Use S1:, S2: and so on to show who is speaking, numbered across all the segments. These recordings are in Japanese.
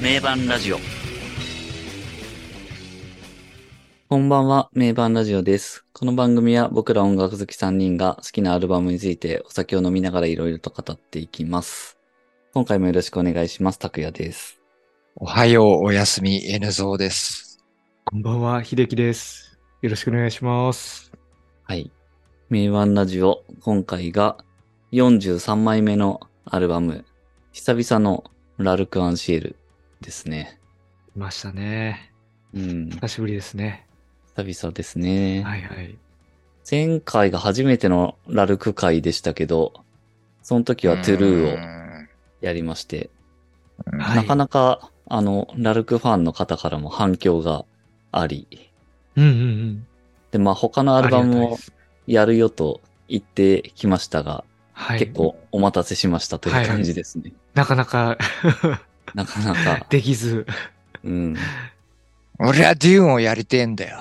S1: 名盤ラジオ。こんばんは、名盤ラジオです。この番組は僕ら音楽好き3人が好きなアルバムについてお酒を飲みながらいろいろと語っていきます。今回もよろしくお願いします。拓也です。
S2: おはよう、おやすみ、N ゾウです。
S3: こんばんは、秀樹です。よろしくお願いします。
S1: はい。名盤ラジオ、今回が43枚目のアルバム、久々のラルク・アンシエルですね。
S3: いましたね。
S1: うん。
S3: 久しぶりですね。
S1: 久々ですね。
S3: はいはい。
S1: 前回が初めてのラルク会でしたけど、その時はトゥルーを
S2: ー
S1: やりまして、
S2: うん
S3: はい、
S1: なかなか、あの、ラルクファンの方からも反響があり、
S3: うんうんうん。
S1: で、まあ他のアルバ
S3: ありが
S1: ム
S3: たい
S1: を
S3: です
S1: やるよと言ってきましたが、
S3: はい。
S1: 結構お待たせしましたという感じですね。
S3: なかなか
S1: なかなか、
S3: できず。
S1: うん。
S2: 俺はデューンをやりてえんだよ。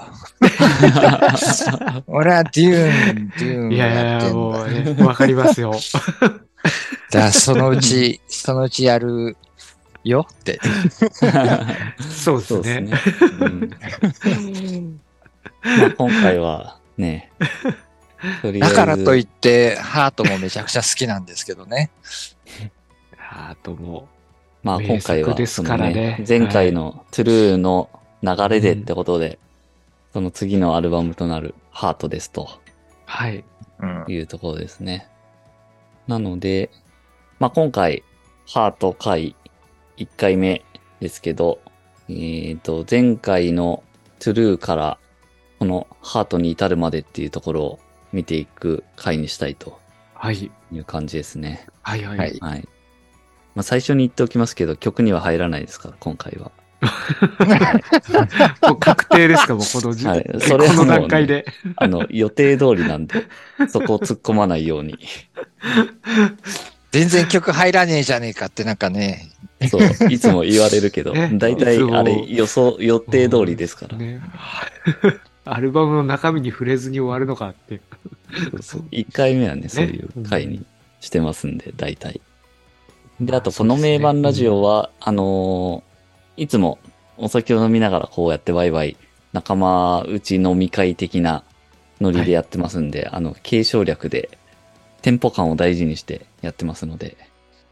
S2: 俺はデューン、デューンを
S3: いや
S2: やっ
S3: い
S2: てん
S3: や、
S2: だ
S3: もうね、わかります よ。
S2: だからそのうち、そのうちやるよって。
S3: そ
S1: そ
S3: うです
S1: うです
S3: ね。
S1: ね。うんまあ今回はね、とりあえ
S2: だ
S1: ず
S2: からといって、ハートもめちゃくちゃ好きなんですけどね。
S3: あとも
S1: まあ
S3: 名
S1: 今回は、
S3: 作ですからね
S1: その前回のトゥルーの流れでってことで、その次のアルバムとなるハートですと
S3: う、はい。
S2: うん。
S1: いうところですね。なので、まあ今回、ハート回1回目ですけど、えっ、と、前回のトゥルーから、このハートに至るまでっていうところを見ていく回にしたいと
S3: はい。
S1: いう感じですね。
S3: はいはい。
S2: はい
S1: はい。まあ最初に言っておきますけど、曲には入らないですから、今回は。
S3: もう確定ですか、もうこの 時、
S1: はい
S3: こ
S1: それはもう
S3: の
S1: ね
S3: 段階で。
S1: あの、予定通りなんで、そこを突っ込まないよ うに。
S2: 全然曲入らねえじゃねえかってなんかね、
S1: そう、いつも言われるけど、
S3: ね
S1: 大体
S3: いつも
S1: あれ予想、予定通りですから。
S3: ね。 アルバムの中身に触れずに終わるのかって。
S1: そうそう1回目はね、そういう回にしてますんで、大体。で、あと、この名盤ラジオは、あのーいつもお酒を飲みながらこうやってワイワイ、仲間内飲み会的なノリでやってますんで、あの、継承略で、テンポ感を大事にしてやってますので、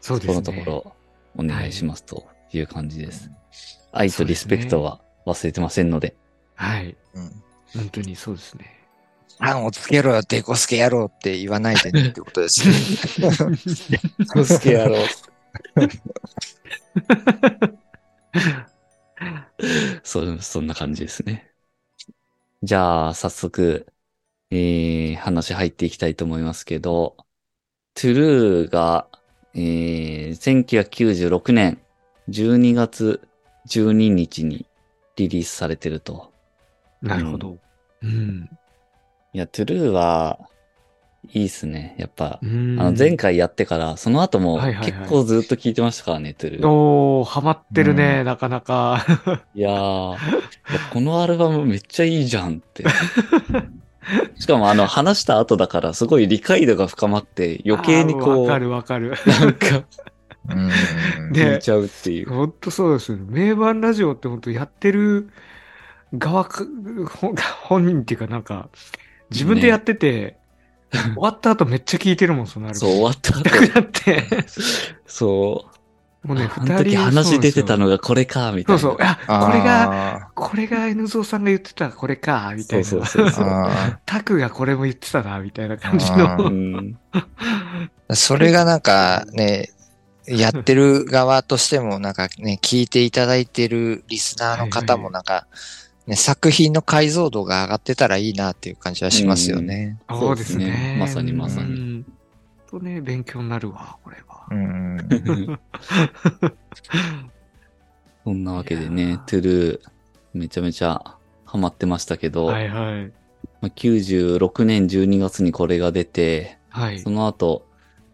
S3: そう
S1: そ
S3: で
S1: こ
S3: す
S1: の
S3: ね。
S1: ところお願いしますという感じです。愛
S3: そ
S1: と
S3: うで
S1: リ
S3: す
S1: ス
S3: ね
S1: ペクトは忘れてませんので。
S3: はい。
S2: うん。
S3: 本当にそうですね。
S2: パンをつけろよ、デコスケ野郎って言わないでねってことです。
S1: コスケ野郎。 そそんな感じですね。じゃあ、早速、えー、話入っていきたいと思いますけど、トゥルーが、えー、1996年12月12日にリリースされてると。
S3: なるほど。うん。
S1: いや、トゥルーは、いいっすね。やっぱ、
S3: あ
S1: あの前回やってから、その後も
S3: はいはいはい
S1: 結構ずっと聞いてましたからね、トゥルー。
S3: おー、ハマってるね、なかなか。
S1: いやー、いやこのアルバムめっちゃいいじゃんっ て。しかもあの話した後だからすごい理解度が深まって余計に
S3: あー
S1: こう、
S3: わか
S1: な
S3: るわか
S1: ん
S3: る。
S1: か
S2: うん
S3: ね
S1: 聞いちゃうっていう。
S3: ほんとそうですよね。名盤ラジオってほんとやってる側か、ほ 本人っていうかなんか、自分でやってて、終わった後めっちゃ聞いてるもん、そのアルバ
S1: そう
S3: ム。
S1: 終わった後、
S3: なく なって。
S1: そう。
S3: もうね、
S1: ああ
S3: 二
S1: の
S3: 人
S1: 時話出てたのがこれか、みた
S3: そ
S1: いうな。
S3: そう。あ、
S2: あー
S3: これが、、これが N ゾウさんが言ってたこれか、みたいな。
S1: そうそうそう
S2: あ
S3: タクがこれも言ってたな、みたいな感じの。
S2: あ
S1: うん。
S2: ーそれがなんかね、やってる側としてもなんかね、 聞いていただいてるリスナーの方もなんか、ね、作品の解像度が上がってたらいいなっていう感じはしますよね。
S3: そうです
S1: そうですね
S3: ね。
S1: まさにまさに
S3: に。とね、勉強になるわ、これは。
S2: うん。
S1: そんなわけで
S3: いや
S1: ね
S3: ー、
S1: トゥルーめちゃめちゃハマってましたけど、
S3: はいはい。
S1: まあ96年12月にこれが出て、
S3: はい。
S1: その後、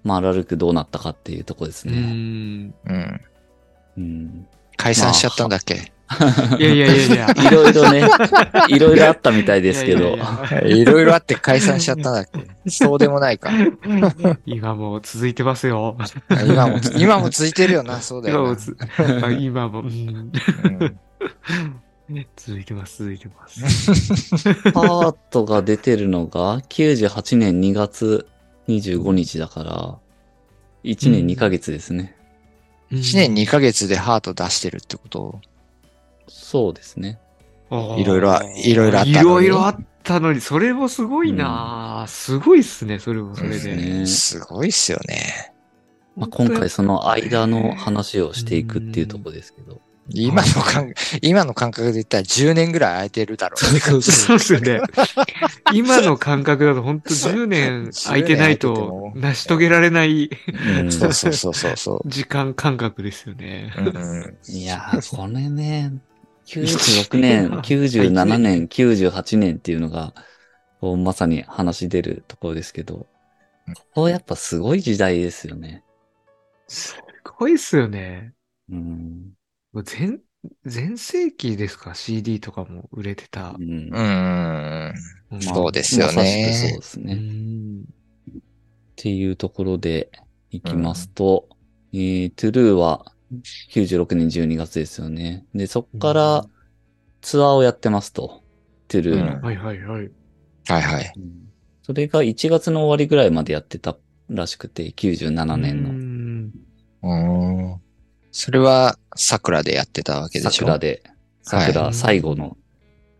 S1: まあ、ラルクどうなったかっていうとこです
S3: う
S1: ね。
S3: ん。
S2: うん。
S1: うん。
S2: 解散しちゃったんだっけ、
S3: いやいやいやいや。
S1: いろいろ ね、いろいろあったみたいですけ
S3: いや
S1: ど
S3: い、やいや
S2: いろいろあって解散しちゃったんだっ けそうでもないか。
S3: 今も続いてますよ。
S2: 今も、今も続いてるよ な、そうだ
S3: 今
S2: よ
S3: も
S2: な。
S3: つ、今も、うん
S2: うん
S3: 続いてます、続いてます。
S1: パートが出てるのが98年2月25日だから、1年2ヶ月ですね。
S2: 1年2ヶ月でハート出してるってこと
S1: そうですね。
S2: いろいろあ、い
S3: い
S2: ろいろあったのに。
S3: いろいろあったのに、それもすごいな、ぁすごいっすね、それもそれ
S1: で
S3: で。
S1: すね。
S2: すごいっすよね。
S1: まあ、
S3: 本当
S1: 今
S3: に
S1: 回その間の話をしていくっていうところですけど。
S2: 今の感、今の感覚で言ったら10年ぐらい空いてるだろ
S1: そう
S3: そうっす よね。今の感覚だと本当10年空いてな
S2: 10年空
S3: い
S2: いて
S3: と
S2: ても
S3: 成し遂げられない
S1: うん
S2: う。そうそうそうそうそ
S3: 時間感覚ですよね。
S2: う。うん
S1: いやー、これね、96年、97年、98年っていうのが、こうまさに話し出るところですけど
S2: うん、
S1: ここはやっぱすごい時代ですよね。
S3: すごいっすよね。
S1: うん。
S3: もう全、全盛期ですか ?CD とかも売れてた
S1: う。ん
S2: う。ん。
S3: うん
S2: そうですよね
S1: まさしくそうです
S3: う
S1: ね。っ
S3: ん
S1: ていうところでいきますと、えー、トゥルーは96年12月ですよね。で、そこからツアーをやってますと、トゥルーの。
S2: うん
S3: はいはいはい。
S2: はいはい。
S1: それが1月の終わりぐらいまでやってたらしくて、97年
S3: 年
S2: うん。それは桜でやってたわけ
S1: の
S2: でしょ
S1: 桜で、
S2: はい
S1: 桜最後の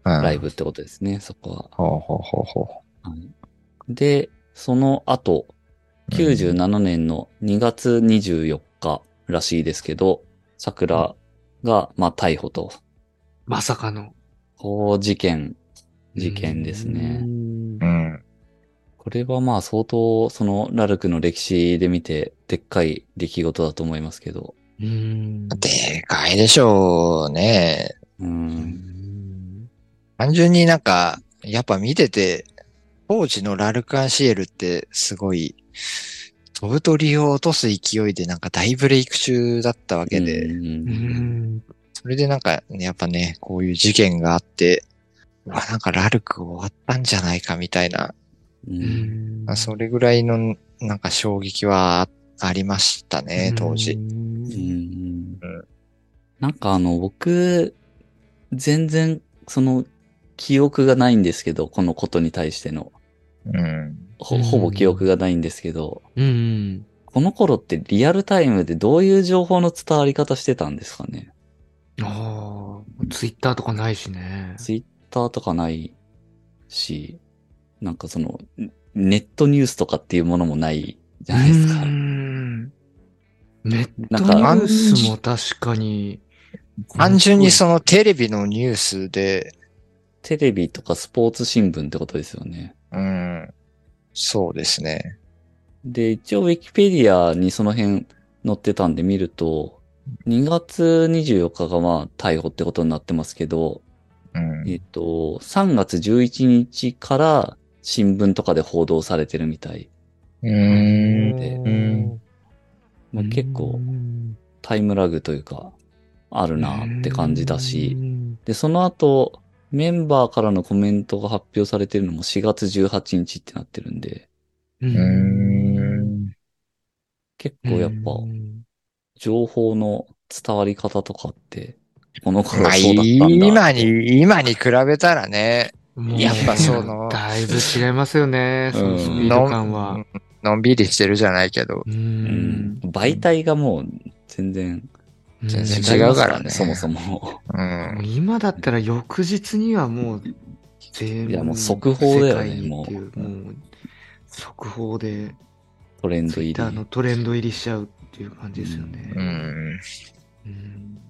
S1: ラ
S2: ラ
S1: イ。ブってことですね、そこ
S2: ほうほうほうほ
S1: は、はいで、その後、
S2: う。
S1: 97年の2月24日らしいですけど、桜が、まあ、逮捕と、
S3: まさかの。
S1: こう事件、事件ですね。
S3: うん
S2: うん。
S1: これはまあ相当、その、ラルクの歴史で見て、でっかい出来事だと思いますけど。
S3: うん。
S2: でかいでしょうね。
S1: う。
S3: うんん
S2: 単純になんか、やっぱ見てて、当時のラルカンシエルってすごい、飛ぶ鳥を落とす勢いでなんか大ブレイク中だったわけで、
S1: うん
S3: うん
S2: それでなんか、ね、やっぱね、こういう事件があって、うわなんかラルク終わったんじゃないかみたいな、
S1: う
S3: うんん
S2: まあそれぐらいのなんか衝撃はあありましたね、当時。
S1: う
S3: うん
S1: ん
S2: うん
S1: なんかあの、僕、全然、その、記憶がないんですけど、このことに対しての。
S2: うん。
S1: ほ
S3: うん
S1: ほぼ記憶がないんですけど、
S3: うん。
S1: この頃ってリアルタイムでどういう情報の伝わり方してたんですかね
S3: ああ、ツイッターとかないしね。
S1: ツイッターとかないし、なんかその、んネットニュースとかっていうものもないじゃないですか
S3: うー。んネットニ
S1: なんか
S3: ュースも確かに。
S2: 単純にそのテレビのニュースで、
S1: テレビとかスポーツ新聞ってことですよね。
S2: うん、そうですね。
S1: で、一応ウィキペディアにその辺載ってたんで見ると、2月24日がまあ逮捕ってことになってますけど、
S2: うん。
S1: えっと、3月11日から新聞とかで報道されてるみたい。
S2: うーん。
S1: で
S2: うん
S1: まあ、結構、タイムラグというか、あるなって感じだし
S3: う、ん
S1: で、その後、メンバーからのコメントが発表されてるのも4月18日ってなってるんで、
S3: うん
S2: うーん。
S1: 結構やっぱ
S3: うん
S1: 情報の伝わり方とかって、この頃
S2: まあ、
S1: そうだったんだ。
S2: 今に、今に比べたらね、
S3: もう
S1: やっぱ
S2: その
S3: だいぶ違いますよね、そのスピード感は。
S2: のんびりしてるじゃないけど。
S3: う
S1: うん
S3: ん。
S1: 媒体がもう全然
S2: 全
S1: 違いま
S2: 然違
S1: すか
S2: う
S1: らね、
S2: からね
S1: そもそも。
S2: う。
S3: もうん今だったら翌日にはもう全部
S1: いやもう速報だよね
S3: 世界にってい
S1: もう
S3: もう速報で
S1: トレンド
S3: ツイ
S1: 入
S3: ッター
S1: り
S3: の。トレンド入りしちゃうっていう感じですよね。
S2: うん。
S3: うん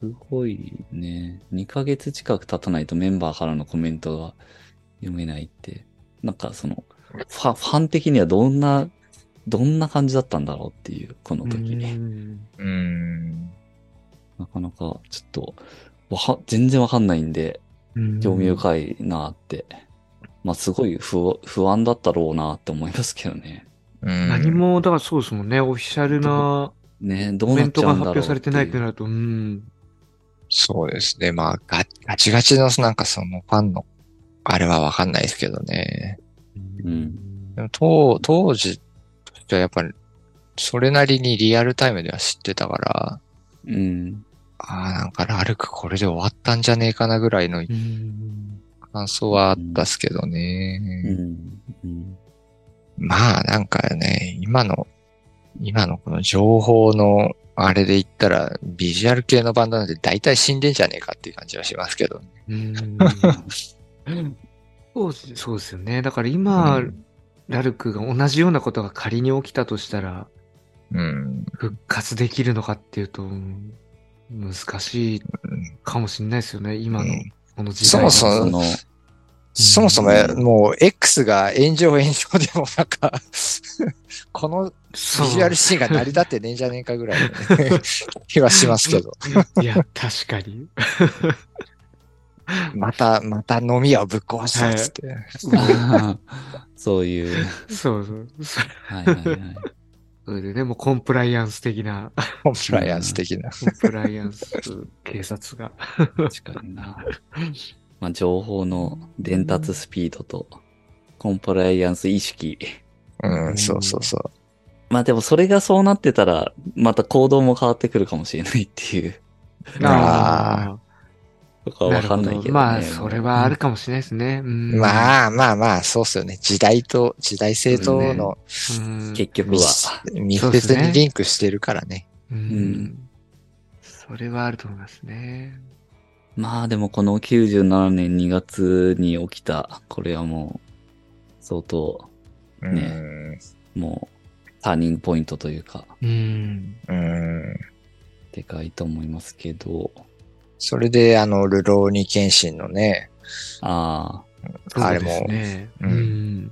S1: すごいね。2ヶ月近く経たないとメンバーからのコメントが読めないって。なんかその、ファファン的にはどんな、どんな感じだったんだろうっていう、この時に。
S3: うん
S2: うん。
S1: なかなかちょっと、わは、全然わかんないんで、興味深いなって。まあすごい不不安だったろうなって思いますけどね。
S2: うん
S3: 何。も、だからそうですもんね、オフィシャルな
S1: ね、ど
S3: コ
S1: う
S3: メ
S1: なっ
S3: ン
S1: ち
S3: ト
S1: ゃ
S3: が
S1: うんだ
S3: 発
S1: ろうってい
S3: 表
S1: う。
S3: されてないってなると、うん。
S2: そうですね。まあ、ガガチガチの、なんかそのファンの、あれはわかんないですけどね。
S1: うん
S2: でも当当時としてはやっぱり、それなりにリアルタイムでは知ってたから、
S1: うん。
S2: ああ、なんかラルクこれで終わったんじゃねえかなぐらいの
S3: うん。
S2: 感想はあったっすけどね。
S1: うん。うん。
S2: まあなんかね、今の、今のこの情報のあれで言ったら、ビジュアル系のバンドなんて大体死んでんじゃねえかっていう感じはしますけど。
S3: うん。そうですそうですよね。だから今、
S2: うん
S3: ラルクが同じようなことが仮に起きたとしたら、
S2: うん。
S3: 復活できるのかっていうと、うん難しいかもしれないですよね。今の
S2: うん
S3: この時代
S2: そ
S3: の
S2: もそも
S1: その、
S2: そもそも、もう X が炎上炎上でもなんか、 この
S3: そう
S2: ビジュアルシーンが成り立ってねえんじゃねえかぐらいのね 気はしますけど。
S3: いや、確かに。
S2: また、また飲み屋をぶっ壊したっつって。
S1: あー そういう、
S3: そうそう。そ
S1: はいはいはい。
S3: それでね、もうコンプライアンス的な、
S2: コンプライアンス的な。
S3: コンプライアンス警察が。
S1: 確かに な。まあ、情報の伝達スピードと、コンプライアンス意識。
S2: うん、そうそうそう。
S1: まあでもそれがそうなってたら、また行動も変わってくるかもしれないっていう、
S2: あ
S1: とかわかんないけど、ね。
S3: まあ、それはあるかもしれないですね。うん、
S2: まあ
S3: あ、
S2: まあまあ、そうっすよね。時代と、時代性との
S3: うん
S1: 結局は。
S2: 密密接にリンクしてるからね。
S3: うんん。それはあると思いますね。
S1: まあでもこの97年2月に起きた、これはもう、相当、
S2: う
S1: ね
S2: ん
S1: もう、ターニングポイントというか、
S3: うん。
S2: うん。
S1: でかいと思いますけど、
S2: それで、あの、ルローニケンシンのね、
S1: ああ、
S2: あれ
S3: そう
S2: も
S3: ですね。
S2: う
S3: うんん。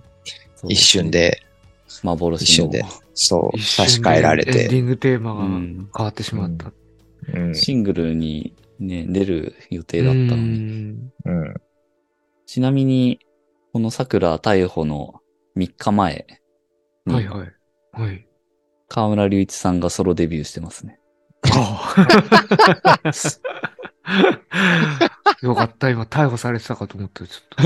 S1: そう
S2: 一
S1: す
S2: 瞬、で、一
S1: 幻の
S2: 瞬で、そう、
S3: 一
S2: 差し
S3: 瞬で
S2: 替えられ
S3: エンデ
S2: て。
S3: ィングテーマが
S1: うん
S3: 変わってしまった。
S2: うん。
S1: シングルにね、出る予定だったのに。
S3: うん
S2: うん。
S1: ちなみに、この桜逮捕の3日前に、
S3: はいはい。はい。
S1: 河村隆一さんがソロデビューしてます ね。
S3: よかった、今、逮捕されてたかと思った、ちょ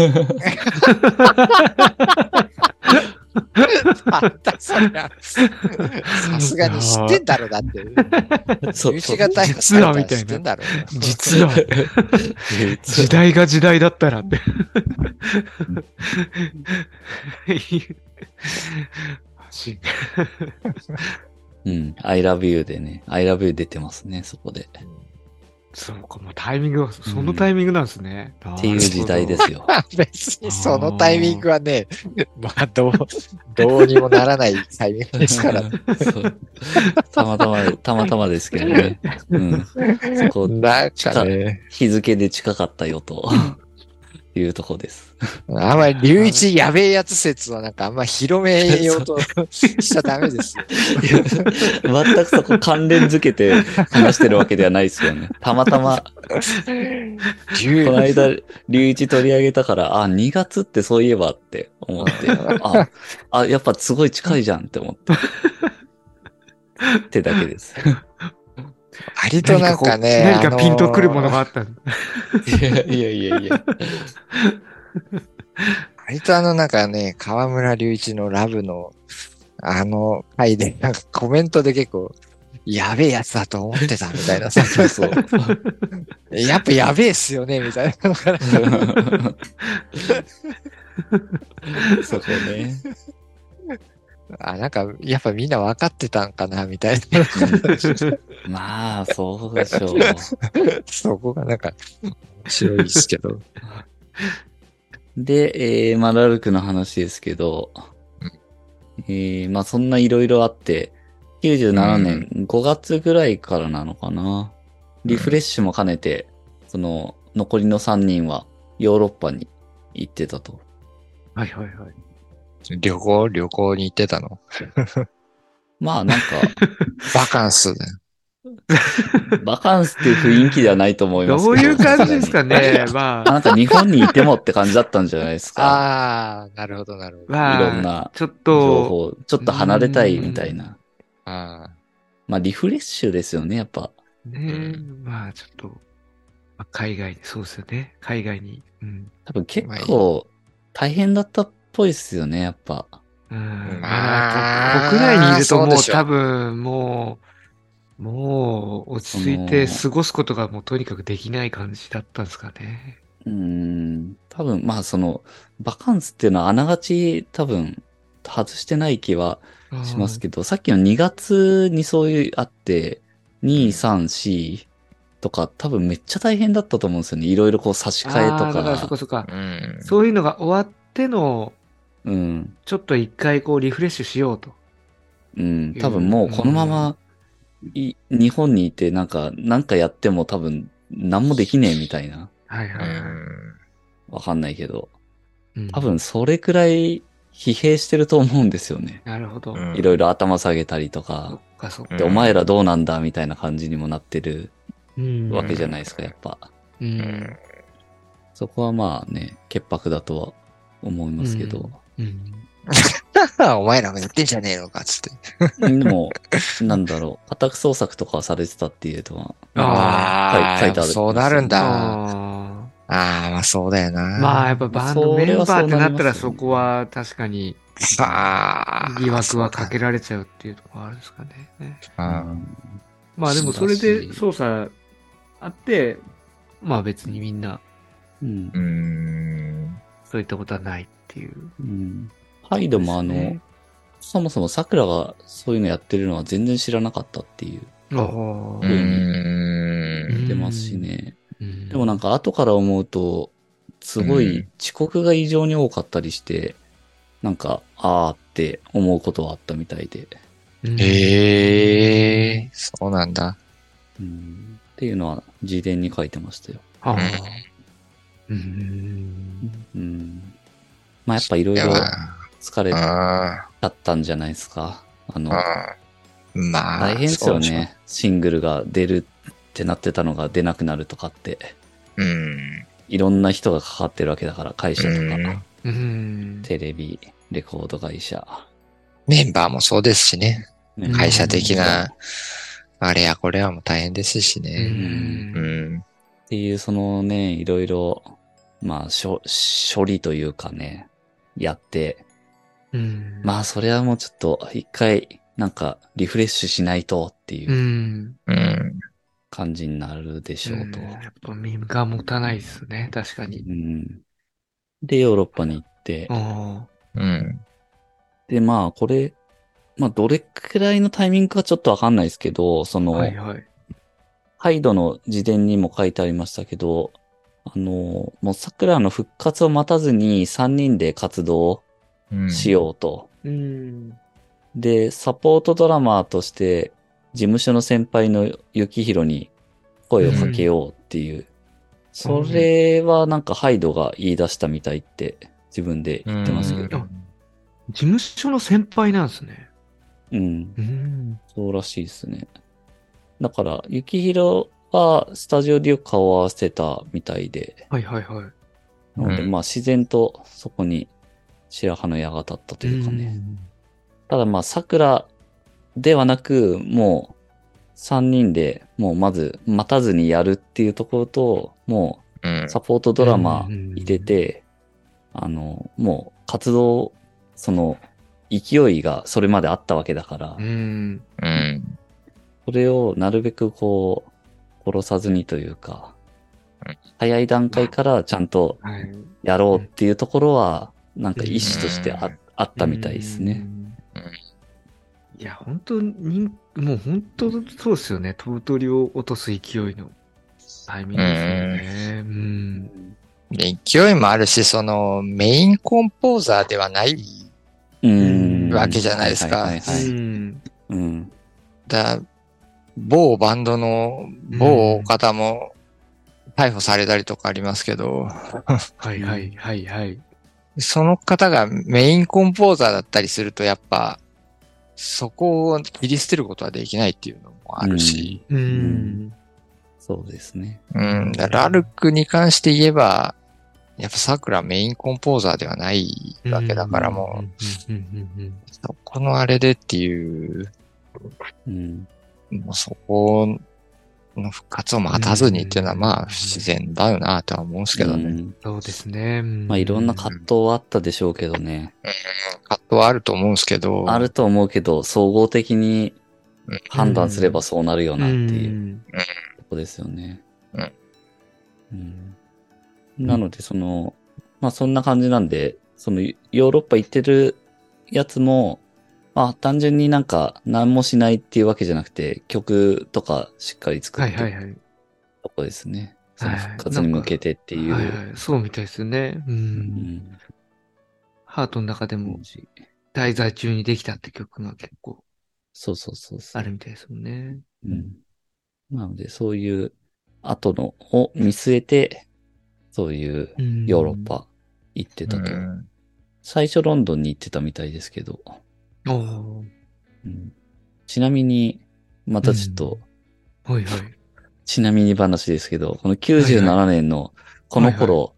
S2: あった、そりゃ。さすがに知ってんだろ、だって。
S1: そう
S2: うちが逮捕されたら知ってんだろ。
S3: っ と。実は、時
S1: 時
S3: 代が時代だったらって。 し
S1: うん。I love you でね、I love you 出てますね、そこで。
S3: そうか、もうタイミングが、そのタイミングなんですね。
S1: っていう時代ですよ。
S2: 別にそのタイミングはね、まあどう、どうにもならないタイミングですから。
S1: そうたまたまで、たまたまですけどね。うん。そこ、
S2: なんかね、
S1: 日付で近かったよと、いうとこです。
S2: あんまり隆一やべえやつ説はなんかあんま広めようとしちゃダメですよ。
S1: いや全くそこ関連づけて話してるわけではないですよね。たまたま、 この
S2: 隆一。
S1: 間、龍一取り上げたから、あ、2月ってそういえばって思って、あ、あやっぱすごい近いじゃんって思って。ってだけです。
S2: 割となんかね、
S3: 何か
S2: あのー
S3: ピンとくるものがあった。
S1: いやいやいやいや。
S2: 割とあのなんかね、河村隆一のラブのあの回で、なんかコメントで結構、やべえやつだと思ってたみたいなさ。
S1: そうそう。
S2: やっぱやべえっすよね、みたいなのが。
S1: そこね。
S2: あ、なんか、やっぱみんな分かってたんかな、みたいな。
S1: まあ、そうでしょう。
S2: そこがなんか、面白いですけど。
S1: で、えー、まあ、ラルクの話ですけど、えー、まあ、そんないろいろあって、97年5月ぐらいからなのかな。リフレッシュも兼ねて、その、残りの3人はヨーロッパに行ってたと。
S3: はいはいはい。
S2: 旅行旅行に行ってたの
S1: まあ、なん か、
S2: バカンスだよ。
S1: バカンスっていう雰囲気ではないと思います
S3: どう
S1: け
S3: いう感じですか
S1: さすが
S3: ね
S1: に。
S3: ま
S1: あ
S3: あ、
S1: なた日本にいてもって感じだったんじゃないですか。
S2: あー、なるほど、なるほど。
S1: い
S3: まあ、
S1: ろんな
S3: ちょっ
S1: 情
S3: と、
S1: 報、ちょっと離れたいみたいな。
S2: あ
S1: まあ、リフレッシュですよね、やっぱ。
S3: ねえ、
S2: う
S3: まあちょっと、まあ、海外に、そうですよね。海外に。うん。
S1: 多分結構、大変だったっぽいですよね、やっぱ。
S3: うん。
S2: まあ
S3: こ国内にいると
S2: そう
S3: も
S2: で
S3: う
S2: しょ
S3: 多分、もう、もう落ち着いて過ごすことがもうとにかくできない感じだったんですかね。
S1: うーん。多分、まあ、その、バカンスっていうのはあながち、多分、外してない気はしますけど、さっきの2月にそういうあって、2、3、4とか、多分めっちゃ大変だったと思うんですよね。いろいろこう差し
S3: あー
S1: 替えと
S3: あーだからそ
S1: か。
S3: っかそっか。
S2: うん。
S3: そういうのが終わっての、
S1: うん。
S3: ちょっと一回こうリフレッシュしようと。
S1: うん。多分もうこのまま、い日本にいて、なんか、なんかやっても多分、何もできねえみたいな。
S3: はいはいはい。
S1: わかんないけど。
S3: うん
S1: 多。分それくらい疲弊してると思うんですよね。
S3: なるほど。
S2: うん
S1: いろいろ頭下げたりと
S3: そっ
S1: か、
S3: かそっか。
S1: で、
S2: うん
S1: お前らどうなんだみたいな感じにもなってる
S3: うん
S1: わけじゃないですか、やっぱ。
S3: う。
S2: うんん
S1: そこはまあね、潔白だとは思いますけど。
S3: うん。
S2: お前らもやってんじゃねえのか、つって。
S1: でも、なんだろう、家宅捜索とかされてたっていうとは、あー
S2: あ
S1: 書い書いてある
S2: そうなるんだ。あ
S3: あー
S2: あー、まあそうだよな。
S3: まあやっぱバンド
S1: そ
S3: メン
S1: れ
S3: バ
S1: はそう
S3: ーってな
S1: なり
S3: っ
S1: ます
S3: た
S1: よ
S3: ら
S1: ね
S3: そこは確かに
S2: あー
S3: 疑惑はかけられちゃうっていうところはあるんですかね。ね
S2: うん
S3: まあでもそれで
S1: そ
S3: 捜査あって、まあ別にみんな
S1: うん
S2: う。ん。
S3: そういったことはないっていう。
S1: うん。ハイドもあの、そもそも桜がそういうのやってるのは全然知らなかったっていう
S3: お
S2: う
S3: ー
S2: ん。
S1: 言ってますしね。
S3: うん
S1: でもなんか後から思うと、すご
S2: う
S1: い
S2: ん
S1: 遅刻が異常に多かったりして、なんか、あーって思うことはあったみたいで、
S3: うん
S2: へえ、そうなんだ。
S1: うんっていうのは事前に書いてましたよ。
S3: あーうん
S1: うん、まあやっぱいろい
S2: いや
S1: ろ
S2: ま
S1: 疲れち
S2: あ、
S1: ゃったんじゃないですか。あの
S2: うん、。うん。まあ、
S1: 大変ですよ
S2: そう
S1: ね。シングルが出るってなってたのが出なくなるとかって、
S2: でしょう。うん。
S1: いろんな人がかかってるわけだから、会社と
S2: うん
S1: か、
S3: うん
S1: テレビ、レコード会社。
S2: メンバーもそうですしね。
S1: ね
S2: 会社的な、あれやこれはもう大変ですしね。う
S3: うん
S2: ん。
S1: っていう、そのね、いろいろ、まあ、処、処理というかね、やって、
S3: うん
S1: まあ、それはもうちょっと、一回、なんか、リフレッシュしないとっていううん
S2: うん。
S1: 感じになるでしょうと。
S3: んやっぱ身が持たないですね、確かに。
S1: うん。で、ヨーロッパに行って
S3: う、ん。
S2: うん。
S1: で、まあ、これ、まあ、どれくらいのタイミングかちょっとわかんないですけど、その、
S3: はいはい。
S1: ハイドの自伝にも書いてありましたけど、あの、もう桜の復活を待たずに3人で活動
S2: うん
S1: しようと。
S3: うん。
S1: で、サポートドラマーとして、事務所の先輩の幸宏に声をかけようっていう。それはなんかハイドが言い出したみたいって自分で言ってますけど。
S3: ど事務所の先輩なんですね。
S1: うん、
S3: うん。
S1: そうらしいですね。だから、幸宏はスタジオでよく顔を合わせてたみたいで。
S3: はいはいはい。
S1: なので、
S2: うん
S1: まあ自然とそこに白羽の矢が立ったというかね。ただまあ、桜ではなく、もう、三人で、もうまず、待たずにやるっていうところと、も
S2: うん
S1: う、サポートドラマ
S3: うん
S1: 入れて、あの、もう、活動、その、勢いがそれまであったわけだから
S3: う、ん。
S2: うん。
S1: それをなるべくこう、殺さずにというか
S2: うん、
S1: 早い段階からちゃんと
S3: はい。
S1: やろうっていうところは、なんか意思としてあ,、
S2: うん
S1: あったみたいですね。
S3: うん。いや、本当に、もう本当そうですよね。飛ぶ鳥を落とす勢いのタイミングですよね。うん。
S2: 勢いもあるし、その、メインコンポーザーではない。
S1: うん。
S2: わけじゃないですか
S1: はいはいはいはい
S3: うん。
S1: うん。
S2: だ、某バンドの某方も逮捕されたりとかありますけど、
S3: はいはいはいはい。
S2: その方がメインコンポーザーだったりすると、やっぱ、そこを切り捨てることはできないっていうのもあるし、
S3: うん
S1: ん。そうですね。
S2: うん、だラルクに関して言えば、やっぱ桜メインコンポーザーではないわけだからもう、
S3: う。うんうんうんうん。
S2: そこのあれでっていう、
S1: うん。
S2: もうそこの復活を待たずにっていうのは、まあ、不自然だよなとは思うんですけどね。
S1: うん
S3: そうですね。
S1: まあいろんな葛藤はあったでしょうけどね。
S2: 葛藤はあると思うんですけど、
S1: あると思うけど、総合的に判断すればそうなるよ
S3: か。
S1: なっていううんとこですよね。
S2: うん
S1: うんなので、その、まあそんな感じなんで、そのヨーロッパ行ってるやつも、まあ単純になんか何もしないっていうわけじゃなくて、曲とかしっかり作
S3: は
S1: っ
S3: い
S1: て
S3: はい
S1: る
S3: はい。
S1: とこですね。そ
S3: はい
S1: の
S3: はい
S1: 復活に向けてっていう。
S3: はいはい、そうみたいですね。うん。
S1: うん
S3: ハートの中でも、滞在中にできたって曲が結構
S1: そうそうそうそう
S3: あ。るみたいですもんね。
S1: うん。なので、そういう後のを見据えて、そういう
S3: うん
S1: ヨーロッ。パ行ってたと。
S2: うん
S1: 最初ロンドンに行ってたみたいですけど。
S3: おお
S1: うんちなみに、またちょっと、
S3: ー。はいはい。
S1: ちなみに話ですけど、この97年のこの頃、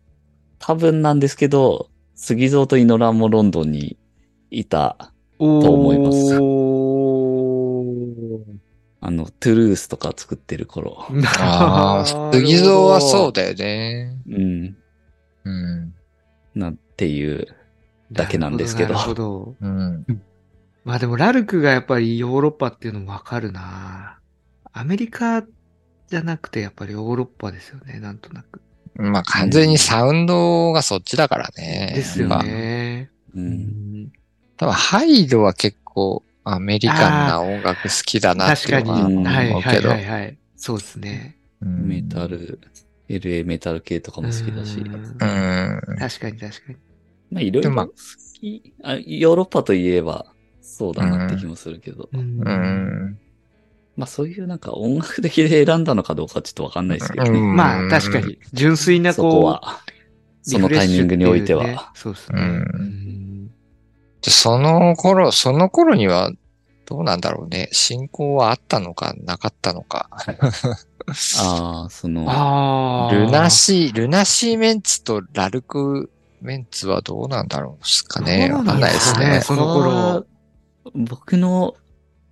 S1: 多分なんですけど、杉蔵とイノランもロンドンにいた、
S3: お
S1: と思います
S3: お
S1: あの、トゥルースとか作ってる頃。
S3: ー。
S2: ああ、杉蔵はそうだよね。
S1: うん。
S2: うん。
S1: なんていう、だけなんですけど
S3: なるほど。
S2: うん。
S3: まあでも、ラルクがやっぱりヨーロッパっていうのもわかるな。アメリカじゃなくて、やっぱりヨーロッパですよね、なんとなく。
S2: まあ完全にサウンドがそっちだからね。
S3: ですよ
S2: まあ
S3: ね。
S1: う。
S3: うんん
S2: 多分ハイドは結構アメリカンな音楽好きだなって
S3: 確か
S2: いう
S3: に。
S2: の
S3: は
S2: は
S1: ん
S2: 思
S3: い
S2: うん
S3: は
S2: け
S3: い
S2: ど
S3: は。いはい。そうですね。
S2: うん
S1: メタ。ル、LA メタル系とかも好きだし。
S3: う
S2: う
S3: ん
S2: ん。
S3: 確かに確かに。
S1: まあ、いろい
S2: で
S1: ろ
S2: まあ
S1: 好き、あ、ヨーロッパといえば、そうだなって気もするけど、
S3: うん
S2: うん。
S1: まあそういうなんか音楽的で選んだのかどうかちょっとわかんないですけどね。
S2: うん
S3: まあ確かに、純粋な
S1: そ
S3: こう、
S1: こは、そのタイミングにおいては。。
S3: そうですね。
S2: う
S3: うんん
S2: でその頃、その頃にはどうなんだろうね。信仰はあったのか、なかったのか。
S1: ああ、その、
S3: ああ。
S2: ルナシー、ルナシーメンツとラルクメンツはどうなんだろうですかね。
S3: どう
S2: わ
S3: な
S2: か
S3: ん
S2: ん
S3: で
S2: ない
S3: す
S2: です
S3: かね
S2: ね。
S3: その
S1: これは
S3: 頃。
S1: 僕の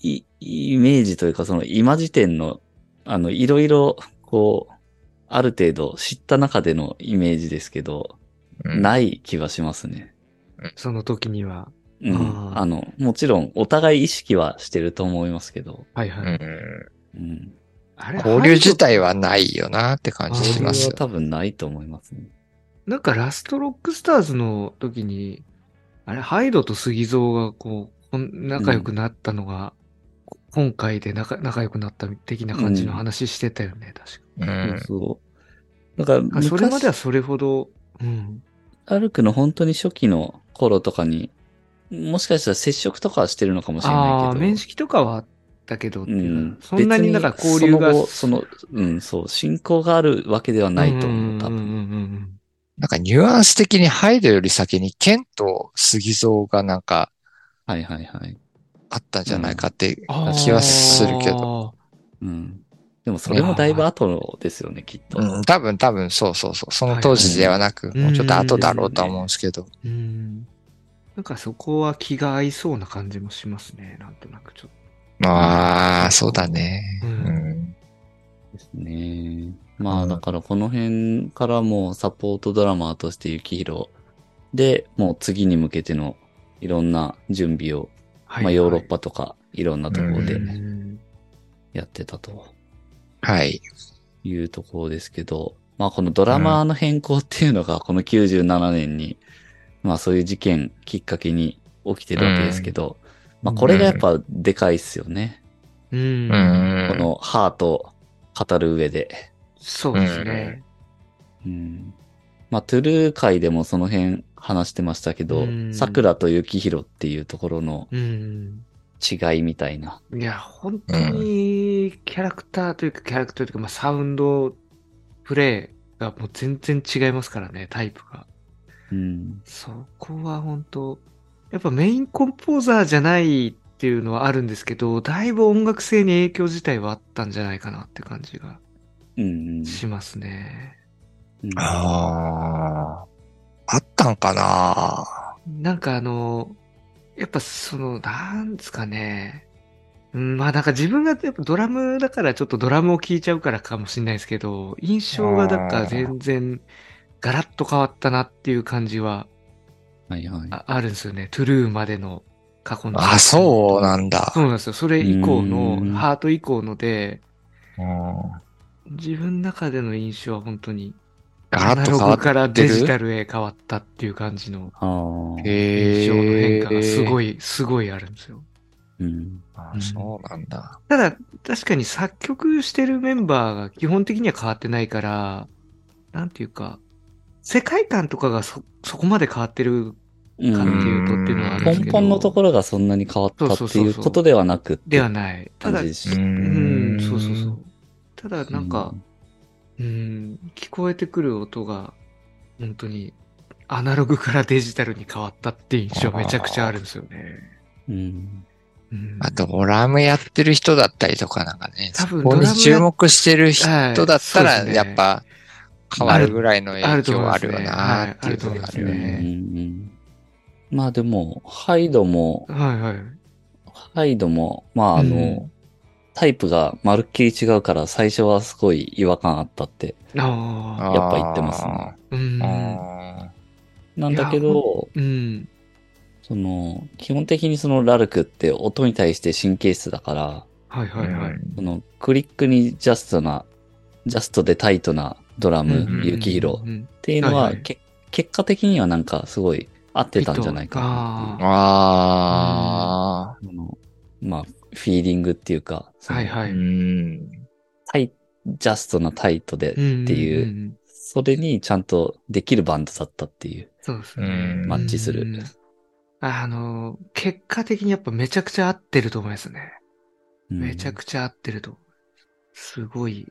S1: イイメージというか、その今時点の、あの、いろいろ、こう、ある程度知った中でのイメージですけど、
S2: うん
S1: ない気はしますね。
S3: その時には。
S1: う
S3: あ
S1: ん。
S3: ー
S1: あの、もちろん、お互い意識はしてると思いますけど、
S3: はいうはい。
S2: ん。
S1: うん。
S3: あれ
S2: 交流自体はないよなって感じし
S1: 交
S2: ま
S1: 流
S2: す
S1: は
S2: よ。
S1: 多分ないと思いますね。
S3: なんかラストロックスターズの時に、あれ、ハイドと杉蔵がこう、こん仲良くなったのが、こ今回で仲仲良くなった的な感じの話してたよね、確
S2: うん。
S1: そう。だから
S3: か。あそれまでは
S1: 昔、
S3: それほど、うん。
S1: アルクの本当に初期の頃とかに、もしかしたら接触とかはしてるのかもしれ
S3: あ
S1: ない
S3: あ
S1: け
S3: ー、
S1: ど。
S3: 面識とかはあったけどって
S1: う。
S3: いうんそんなになんか交流が
S1: 別にその後、その、うん、そう、信仰があるわけではないと思う、多分。
S3: んんうん
S2: なんかニュアンス的にハイドより先にケンと杉蔵がなんか
S1: はいはいはい。
S2: あったんじゃないかって
S3: うん
S2: 気はするけど。
S3: ど。
S1: うん。でもそれもだいぶ後のですよね、きっと。
S2: うん、多分多分そうそうそう。その当時ではなく、
S3: はいはい
S2: もうちょっと後だろうとは思うんですけど。
S3: うん。なんかそこは気が合いそうな感じもしますね。なんとなくちょっ
S2: まあ、そうだね。
S3: う
S2: うんん。
S1: ですね。ま
S2: う
S1: あ、
S2: ん
S1: だからこの辺からもうサポートドラマーとして雪広で、もう次に向けてのいろんな準備を、
S3: と。はい
S1: まあ、ヨーロッ
S3: パ
S1: パとかいろんなところで
S3: うん
S1: やってたと
S2: はい。
S1: いうところですけど、まあ、このドラマーの変更っていうのが、この97年に、まあ、そういう事件きっかけに起きてるわけですけど、まあ、これがやっぱでかいっすよね。
S3: う。
S2: うん
S1: こ
S2: ん。
S1: のハート語る上で。
S3: そうですね。
S1: うんまあ、トゥルー界でもその辺話してましたけど
S3: うん、
S1: 桜と雪広っていうところの
S3: うん。
S1: 違いみたいな。
S3: いや、本当にキャラクターというか、キャラクターというか、まあ、サウンド、プレイがもう全然違いますからね、タイプが。
S1: うん。
S3: そこは本当やっぱメインコンポーザーじゃないっていうのはあるんですけど、だいぶ音楽性に影響自体はあったんじゃないかなって感じが
S1: うん、
S3: しますね。
S1: うん。
S2: ああ。あったんかな
S3: なんかあの、やっぱその、なんですかね、うんまあなんか自分がやっぱドラムだからちょっとドラムを聴いちゃうからかもしれないですけど、印象がなんか全然ガラッと変わったなっていう感じは
S1: はいはい。
S3: ああるんですよね。トゥルーまでの過去の。
S2: あ、そうなんだ
S3: そ。うなんですよ。それ以降
S1: う
S3: の、
S1: ん
S3: ハート以降ので、
S2: うん
S3: 自分の中での印象は本当に、
S2: ガラッと変わ
S3: アナログから
S2: って
S3: デジ
S2: る。
S3: タルへ変わったっていう感じの
S1: ああ。
S2: へ
S3: 印象の変化がす
S2: い。
S3: ごい、すごいあるんですよ。
S1: うん。
S2: あそうなんだ。
S3: ただ、確かに作曲してるメンバーが基本的には変わってないから、なんていうか、世界観とかがそ、そこまで変わって
S1: う
S3: るかって
S1: ん。
S3: いうとっていうのはあるんですけ
S1: 根
S3: ど、
S1: 本のところがそんなに変わった
S3: そう
S1: って
S3: そ
S1: い
S3: うそう
S1: う
S3: そう
S1: ことではなくって
S3: ではない。ただ、
S1: 感じ
S3: う
S1: し
S3: ん、そうそうそう。。ただ、なんか、
S1: うん
S3: うん、聞こえてくる音が、本当に、アナログからデジタルに変わったって印象めちゃくちゃあるんですよね。
S1: うん。
S3: うん
S2: あと、ドラムやってる人だったりとかなんかね、
S3: 多
S2: そ
S3: 分
S2: こ
S3: ドラ
S2: に
S3: ムや
S2: 注目してる人だった
S3: はい
S2: ら、
S3: そうですね
S2: やっぱ変わるぐらいの影響あるよなーっていう
S3: ある
S2: の
S3: と
S2: が
S3: 思
S2: あ
S3: い
S1: う
S2: るよ
S3: ます
S1: んう
S3: ね
S2: ね。
S1: んまあでも、ハイドも、
S3: はいはい。
S1: ハイドも、まああの、
S3: うん
S1: タイプがまるっきり違うから最初はすごい違和感あったって。
S3: ああ、
S1: やっぱ言ってますね
S3: うん。
S2: あ
S1: なんだけ
S3: いや
S1: ど、
S3: うん。
S1: その、基本的にそのラルクって音に対して神経質だから、
S3: はい
S2: ー
S3: はいはい。
S1: そのクリックにジャストな、ジャストでタイトなドラ
S3: うんうん
S1: ム、
S3: うん
S1: ユキヒロっていうの
S3: は
S1: はい
S3: はい
S1: け結果的にはなんかすごい合ってたんじゃないかなってい
S2: あ
S1: う。そのまあ、フィーリングっていうか、そ
S3: あ
S1: の
S3: はいは
S2: ー。
S3: い。
S2: うん。
S1: タイジャストなタイトで、
S3: って
S1: いうそれにちゃんとできるバンドだったっていう。
S3: そうですね
S2: う。ん
S1: マッチする
S3: うん。あの、結果的にやっぱめちゃくちゃ合ってると思いますね。
S1: うん
S3: めちゃくちゃ合ってると思う。すごい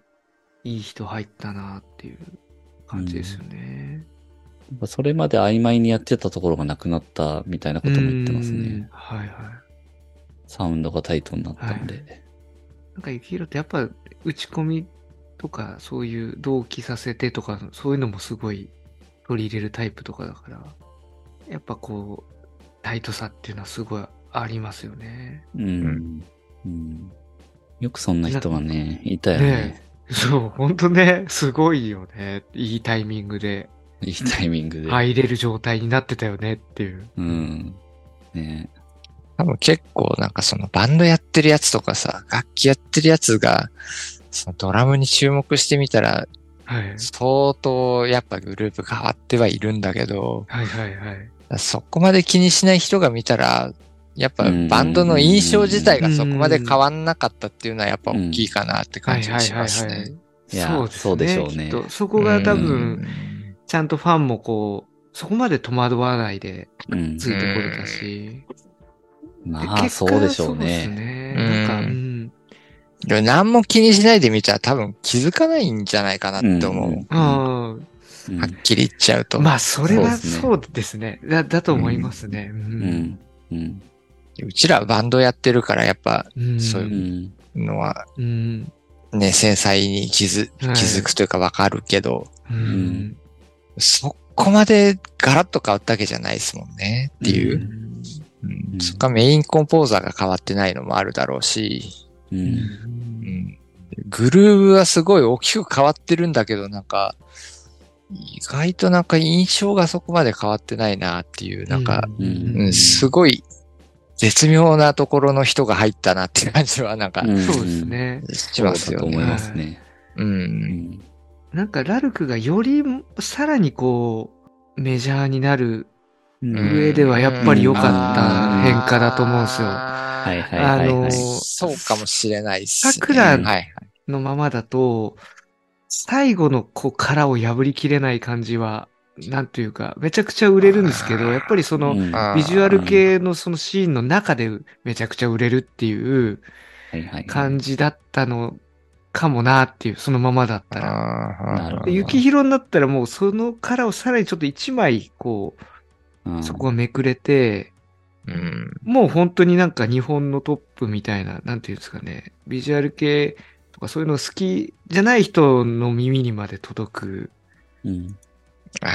S3: いい人入ったなっていう感じですよね。
S1: やっぱそれまで曖昧にやってたところがなくなったみたいなことも言ってます
S3: うん
S1: ね。
S3: はいはい。
S1: サウンドがタイトになったので。
S3: なんか雪色ってやっぱ打ち込みとかそういう同期させてとかそういうのもすごい取り入れるタイプとかだからやっぱこうタイトさっていうのはすごいありますよね。
S1: うん。うんよくそんな人がね、いたよね
S3: ね。そう、ほんとね、すごいよね。いいタイミングで
S1: いいタイミングで。
S3: 入れる状態になってたよねっていう。
S1: うん。ね
S2: 多分結構なんかそのバンドやってるやつとかさ、楽器やってるやつが、そのドラムに注目してみたら、
S3: はい。
S2: 相当やっぱグループ変わってはいるんだけど、
S3: はいはいはい。
S2: そこまで気にしない人が見たら、やっぱバンドの印象自体がそこまで変わんなかったっていうのはやっぱ大きいかなって感じがしますね。
S1: いやそうでしょうね
S3: きっとそこが多
S2: うん
S3: 分、、ちゃんとファンもこう、そこまで戸惑わないで
S1: うん。
S3: ついてこれたし。で
S1: まあ、
S3: 結
S1: そ
S3: 果
S1: うでしょう
S3: そうです
S1: ね。
S3: ね。
S2: うん
S3: なんか、うん。
S2: でも何も気にしないで見たら多分気づかないんじゃないかなって思う。
S1: うん
S3: あ
S1: うん
S2: はっきり言っちゃう
S3: あ、
S2: と。
S3: まあ、それは
S1: そ
S3: そうですね。だだと思いますね。う
S1: うんん。うん。
S2: うちらはバンドやってるからやっぱ
S3: うん
S2: そう
S1: う
S2: い
S1: ん。
S2: のは
S3: うん。
S2: ね、繊細に気づ、気
S3: はい
S2: づくというかわかるけど、
S3: うん。
S2: そこまでガラッと変わったわけじゃないですもんねっていうう。うんそっかメインコンポーザーが変わってないのもあるだろうし、
S1: うん。
S2: グルーブはすごい大きく変わってるんだけど、なんか、意外となんか印象がそこまで変わってないなっていう、なんか、
S3: う
S2: うん
S1: うん
S2: すごい絶妙なところの人が入ったなって感じはなんか
S1: ん
S3: そうです。ね。
S2: し
S1: そう
S2: ま
S1: だ
S2: すよ
S1: と思い
S2: ね。
S1: ますね。う
S2: う。
S1: んん。
S3: なんか、ラルクがより、さらにこう、メジャーになる
S1: うん
S3: 上ではやっぱり良かった
S1: うん
S3: 変化だと思うんですよ。
S2: は
S1: はいはいはい
S3: あ
S1: は
S3: の
S1: い。
S2: そうかもしれないっす、
S3: 桜
S2: はいはい。
S3: のままだと、最後のこう殻を破りきれない感じは、なんというか、めちゃくちゃ売れるんですけど、やっぱりその、
S1: うんは
S2: あー
S3: ビジュアル系のそのシーンの中でめちゃくちゃ売れるっていう
S1: いはい。
S3: 感じだったのかもなっていう、そのままだったら。
S1: なるほ
S3: で
S1: ど
S3: 雪広になったらもうその殻をさらにちょっと一枚こ
S1: うん
S3: う、そこがめくれて、
S2: うん。
S3: もう本当になんか日本のトップみたいな、なんていうんですかね、ビジュアル系とかそういうの好きじゃない人の耳にまで届く
S1: うん。
S2: あ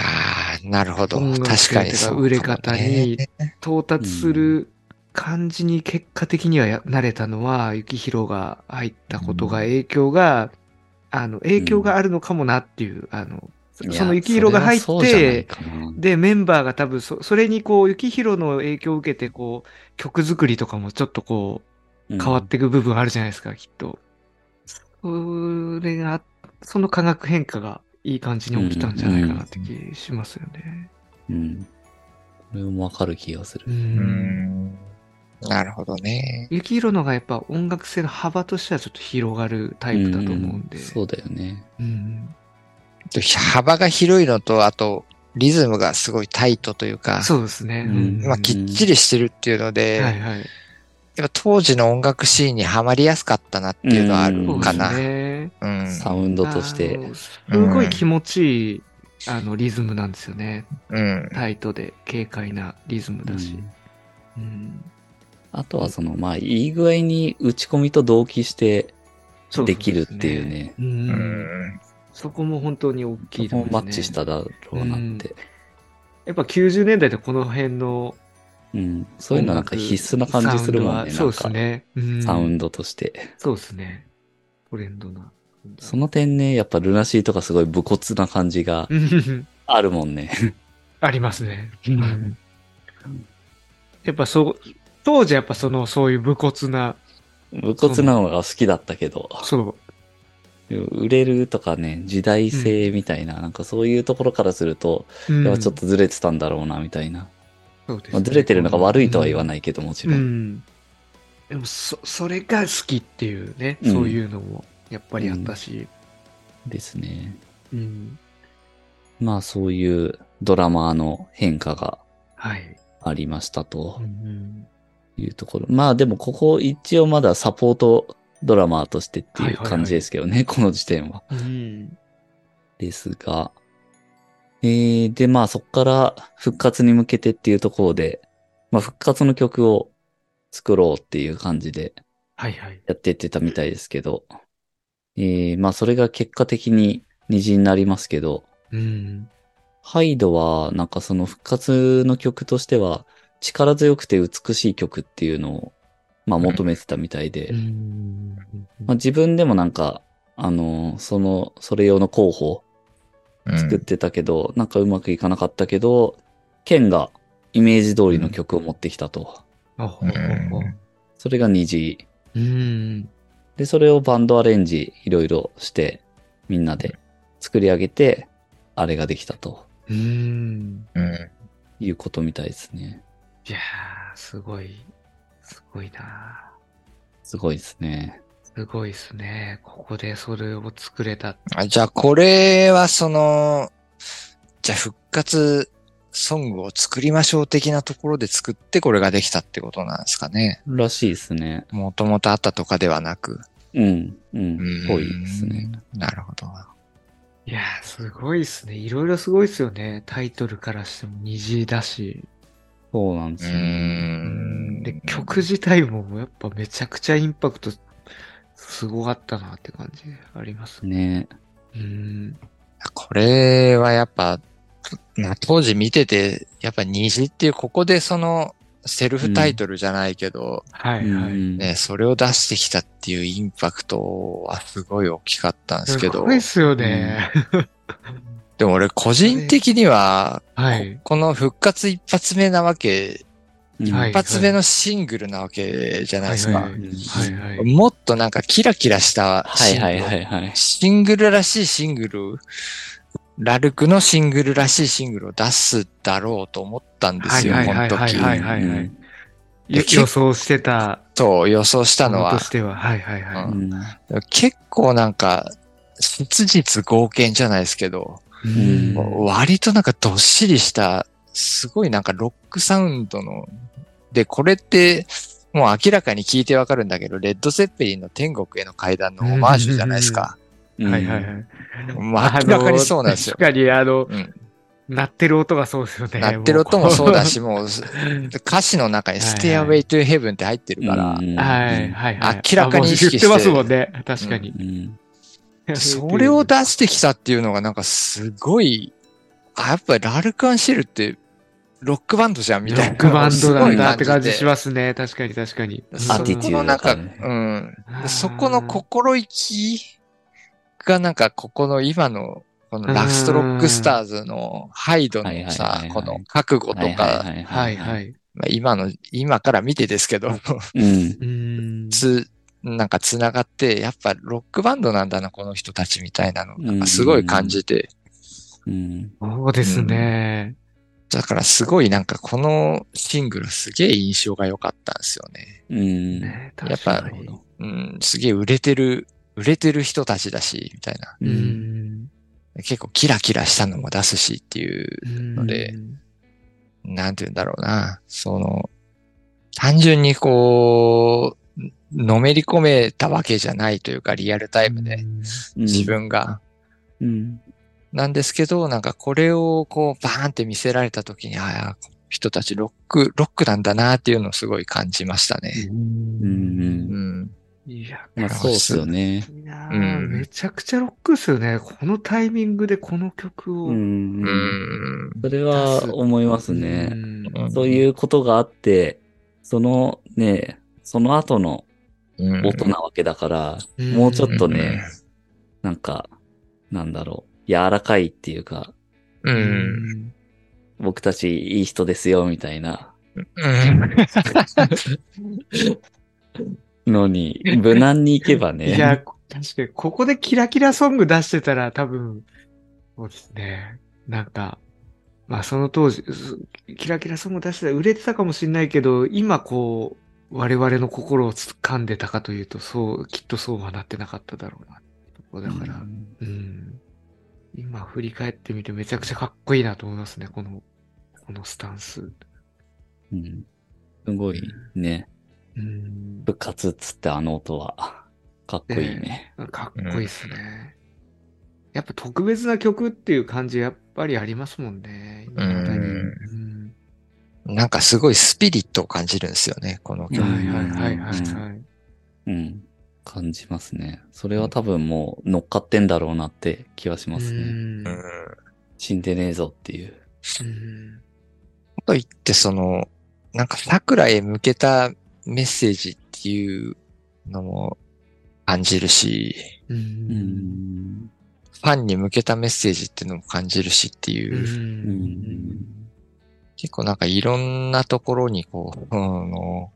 S2: あ、なるほど。
S3: 音楽
S2: 確かにそうかもね。
S3: 売れ方に到達する感じに結果的にはや慣れたのは、幸宏が入ったことが影響が、あの、影響があるのかもなっていう、あの、そ
S1: いや
S3: その幸宏が入っ
S1: それはそうじゃない
S3: て、
S1: かな
S3: で、メンバーが多分そ、それにこう、幸宏の影響を受けて、こう、曲作りとかもちょっとこ
S1: う
S3: う、
S1: ん
S3: 変わっていく部分あるじゃないですか、きっと。それが、その化学変化がいい感じに起きたんじゃないかなって気しますよね。
S1: うん。これもわかる気がする
S3: う。。
S2: うんん。なるほどね。
S3: 幸宏のがやっぱ音楽性の幅としてはちょっと広がるタイプだと思うんで。
S1: そうだよね。
S3: うん
S2: 幅が広いのと、あと、リズムがすごいタイトというか、
S3: そうですね。
S1: うん
S3: うん
S2: まあ、きっちりしてるっていうので、
S3: はいはい。
S2: やっぱ当時の音楽シーンにはまりやすかったなっていうのはある
S1: うん
S2: かな。
S3: そうですね。
S2: うん。
S1: サウンドとして
S3: あ。のすごい気持ちいい、あの、リズムなんですよね。
S2: うん。
S3: タイトで軽快なリズムだし
S1: う。ん
S3: うん
S1: あとはその、まあ、いい具合に打ち込みと同期して
S3: そう
S1: できるっていうね。
S3: そうです
S2: う
S3: ねうん
S2: ん。
S3: そこも本当に大きい
S1: そ
S3: と
S1: こも
S3: こですね
S1: マッチしただろうなって。
S3: やっぱ90年代でこの辺の
S1: うん。そういうのなんか必須な感じするもんね。な
S3: サウンドはそうんです
S1: か、
S3: ね。うん
S1: サウンドとして。
S3: そうですね。トレンドな。
S1: その点ね、やっぱルナシーとかすごい武骨な感じが
S3: うん
S1: あるもんね。
S3: ありますね。
S1: ん
S3: やっぱそう、当時やっぱその、そういう武骨な、
S1: 武骨なのが好きだったけど。
S3: そ
S1: 売れるとかね、時代性みたいな、なんかそういうところからすると、
S3: う。
S1: やっぱちょっとずれてたんだろうな、みたいな。まあずれてるのが悪いとは言わ
S3: い。
S1: ないけど、もち
S3: うん。
S1: ろ。
S3: うんんでも、そ、それが好きっていうね、
S1: うん
S3: そういうのも、やっぱりあったし、
S1: ですね。
S3: うん。
S1: まあそういうドラマーの変化が
S3: はい。
S1: ありましたと
S3: うん
S1: いうところ。まあでもここ一応まだサポートドラマーとしてっていう感じですけどね、 この時点は。
S3: うん。
S1: ですが。えー、で、まあそこから復活に向けてっていうところで、まあ復活の曲を作ろうっていう感じで
S3: はいはい。
S1: やってってたみたいですけど、えー、まあそれが結果的に虹になりますけど、
S3: うん。
S1: ハイドはなんかその復活の曲としては力強くて美しい曲っていうのをまあ求めてたみたいで、
S3: うん。
S1: まあ自分でもなんか、あの、その、それ用の候補作ってたけど、なんかうまくいかなかったけど、ケンがイメージ通りの曲を持ってきたと。
S3: あほうほうほう
S1: それが虹。
S3: うん。
S1: で、それをバンドアレンジいろいろして、みんなで作り上げて、あれができたと
S3: うん。
S2: うん。
S1: いうことみたいですね。
S3: いやー、すごい、すごいな
S1: すごいですね。
S3: すごいですね。ここでそれを作れた。
S2: あじゃあ、これはその、じゃあ復活ソングを作りましょう的なところで作ってこれができたってことなんですかね。
S1: らしいですね。
S2: もともとあったとかではなく。
S1: うん、うん
S2: うん、
S1: ぽいですね。。
S2: なるほど。
S3: いやー、すごいですね。いろいろすごいですよね。タイトルからしても虹だし。
S1: そうなんで
S2: う
S1: す
S2: ー
S1: よね。
S2: ん。
S3: で、曲自体もやっぱめちゃくちゃインパクトすごかったなって感じありますね。
S1: ね
S3: うん。
S2: これはやっぱ、な当時見てて、やっぱ虹っていう、ここでその、セルフタイトルじゃないけど、
S3: はいは
S1: う
S3: い。
S1: ん
S2: ね、それを出してきたっていうインパクトはすごい大きかったんですけど
S3: ごい、ですよね。
S2: でも俺個人的には、
S3: はい。
S2: この復活一発目なわ
S1: う
S2: け、
S1: ん
S3: はい
S2: 一発目のシングルなわけじゃないです
S3: は
S2: か
S3: い。
S1: うん
S3: はいはい。
S2: もっとなんかキラキラした
S1: は
S2: シン
S1: い
S2: グル
S1: は
S2: を
S1: いはいはい。
S2: シングルらしいシングル、ラルクのシングルらしいシングルを出すだろうと思ったんですよ、
S3: は
S2: こ
S3: いはいは
S2: の
S3: いはいはい
S2: 時。
S3: はいはい
S1: うん
S3: 予予想してた
S2: と予想したの
S3: もの
S2: は
S3: と、しては、はいはいはい。
S2: う
S1: うん
S2: 結構なんか、質実合憲じゃないですけど、
S1: んう
S2: 割となんかどっしりした、すごいなんかロックサウンドの、で、これって、もう明らかに聞いてわかるんだけど、レッド・セッペリンの天国への階段のオマージュじゃないですか。
S1: うん
S3: はいはいはい。
S2: まあ明らかにそうなんですよ
S3: あの確かに、あの
S2: うん、
S3: 鳴ってる音がそうですよね。
S2: 鳴ってる音もそうだ
S3: し。
S2: し、もう歌詞の中にステアウェイトゥヘブンって入ってるから、
S1: うん
S3: はいはいはい。
S2: 明らかに意識して
S3: あもう言ってますもんね。確かに。
S1: うん
S2: それを出してきたっていうのがなんかすごい、あ、やっぱりラルクアンシェルってロックバンドじゃんみ
S3: ロ
S2: たいな。
S3: ックバンドなんだって
S2: すごい
S3: 感じし
S2: ま
S3: ますね。確かに確かに。
S1: アティ
S2: そ
S1: チュー
S2: こ
S1: ド
S2: のなんか、
S1: アティチュードと
S2: うん。そこの心意気がなんか、ここの今の、このラストロックスターズのハイドの
S1: はいはい
S2: さ
S1: は、いは
S2: こ
S1: い
S2: の覚悟とか、
S1: い
S3: はいはい。
S2: まあ今の、今から見てですけ
S1: う
S2: ど、
S1: ん。
S3: うーん。
S2: つ、なんか繋がって、やっぱロックバンドなんだな、この人たちみたいなの、なんかすごい感じて、
S1: うん。
S3: そうですね。
S2: だからすごいなんかこのシングルすげえ印象が良かったんですよね。
S1: うん。
S3: ね
S2: やっぱ
S3: 確かに
S2: うん、すげえ売れてる、売れてる人たちだし、みたいな。
S1: う。
S3: うんん。
S2: 結構キラキラしたのも出すしっていう、
S3: の
S2: ので、なんて言うんだろうな。その、単純にこう、のめり込めたわけじゃないというか、リアルタイムで自分が
S1: うん。
S2: なんですけど、なんかこれをこうバーンって見せられた時に、ああ、この人たちロック、ロックなんだなっていうのをすごい感じましたね。
S1: う。
S2: うんん。
S3: いや、
S1: まあ、そうっすよね。
S3: いいなあ
S2: うん
S3: めちゃくちゃロックですよね。このタイミングでこの曲を。
S1: う。
S2: うんん。、
S1: それは思いますね。
S3: うん
S1: そういううことがあって、そのね、その後の
S2: うん
S1: 音なわけだから、
S3: うん
S1: もうちょっとね、なんか、なんだろう、柔らかいっていうか、
S2: うん。う。
S3: うんん
S1: 僕たちいい人ですよ、みたいな
S2: うん
S1: のに、無難にいけば
S3: いや、
S1: ね、
S3: 確かに、ここでキラキラソング出してたら多分、そうですね。なんか、まあその当時、すキラキラソング出してたら売れてたかもしれないけど、今こう、我々の心を掴んでたかというと、そう、きっとそうはなってなかっただろうな。とこだから、うん。今振り返ってみてめちゃくちゃかっこいいなと思いますね、この、このスタンス。
S1: うんすごいね、
S3: うん。
S1: 部活っつってあの音は、かっこいいね。
S3: かっこいいですね。やっぱ特別な曲っていう感じやっぱりありますもんね。今の歌にうん
S2: なんかすごいスピリットを感じるんですよね、この
S1: うん
S2: 曲。
S3: はいはいはいはいはい。
S1: うん。感じますね。それは多分もう乗っかってんだろうなって気はし
S3: う
S1: ますね。
S3: ん。
S2: うん。
S1: 死んでねえぞっていう。
S3: うん
S2: と言って、その、なんか桜へ向けたメッセージっていうのも感じるし、
S3: う。
S1: うんん。
S2: ファンに向けたメッセージっていうのも感じるしっていうう、
S3: ん。
S2: 結構なんかいろんなところにこう、うん、の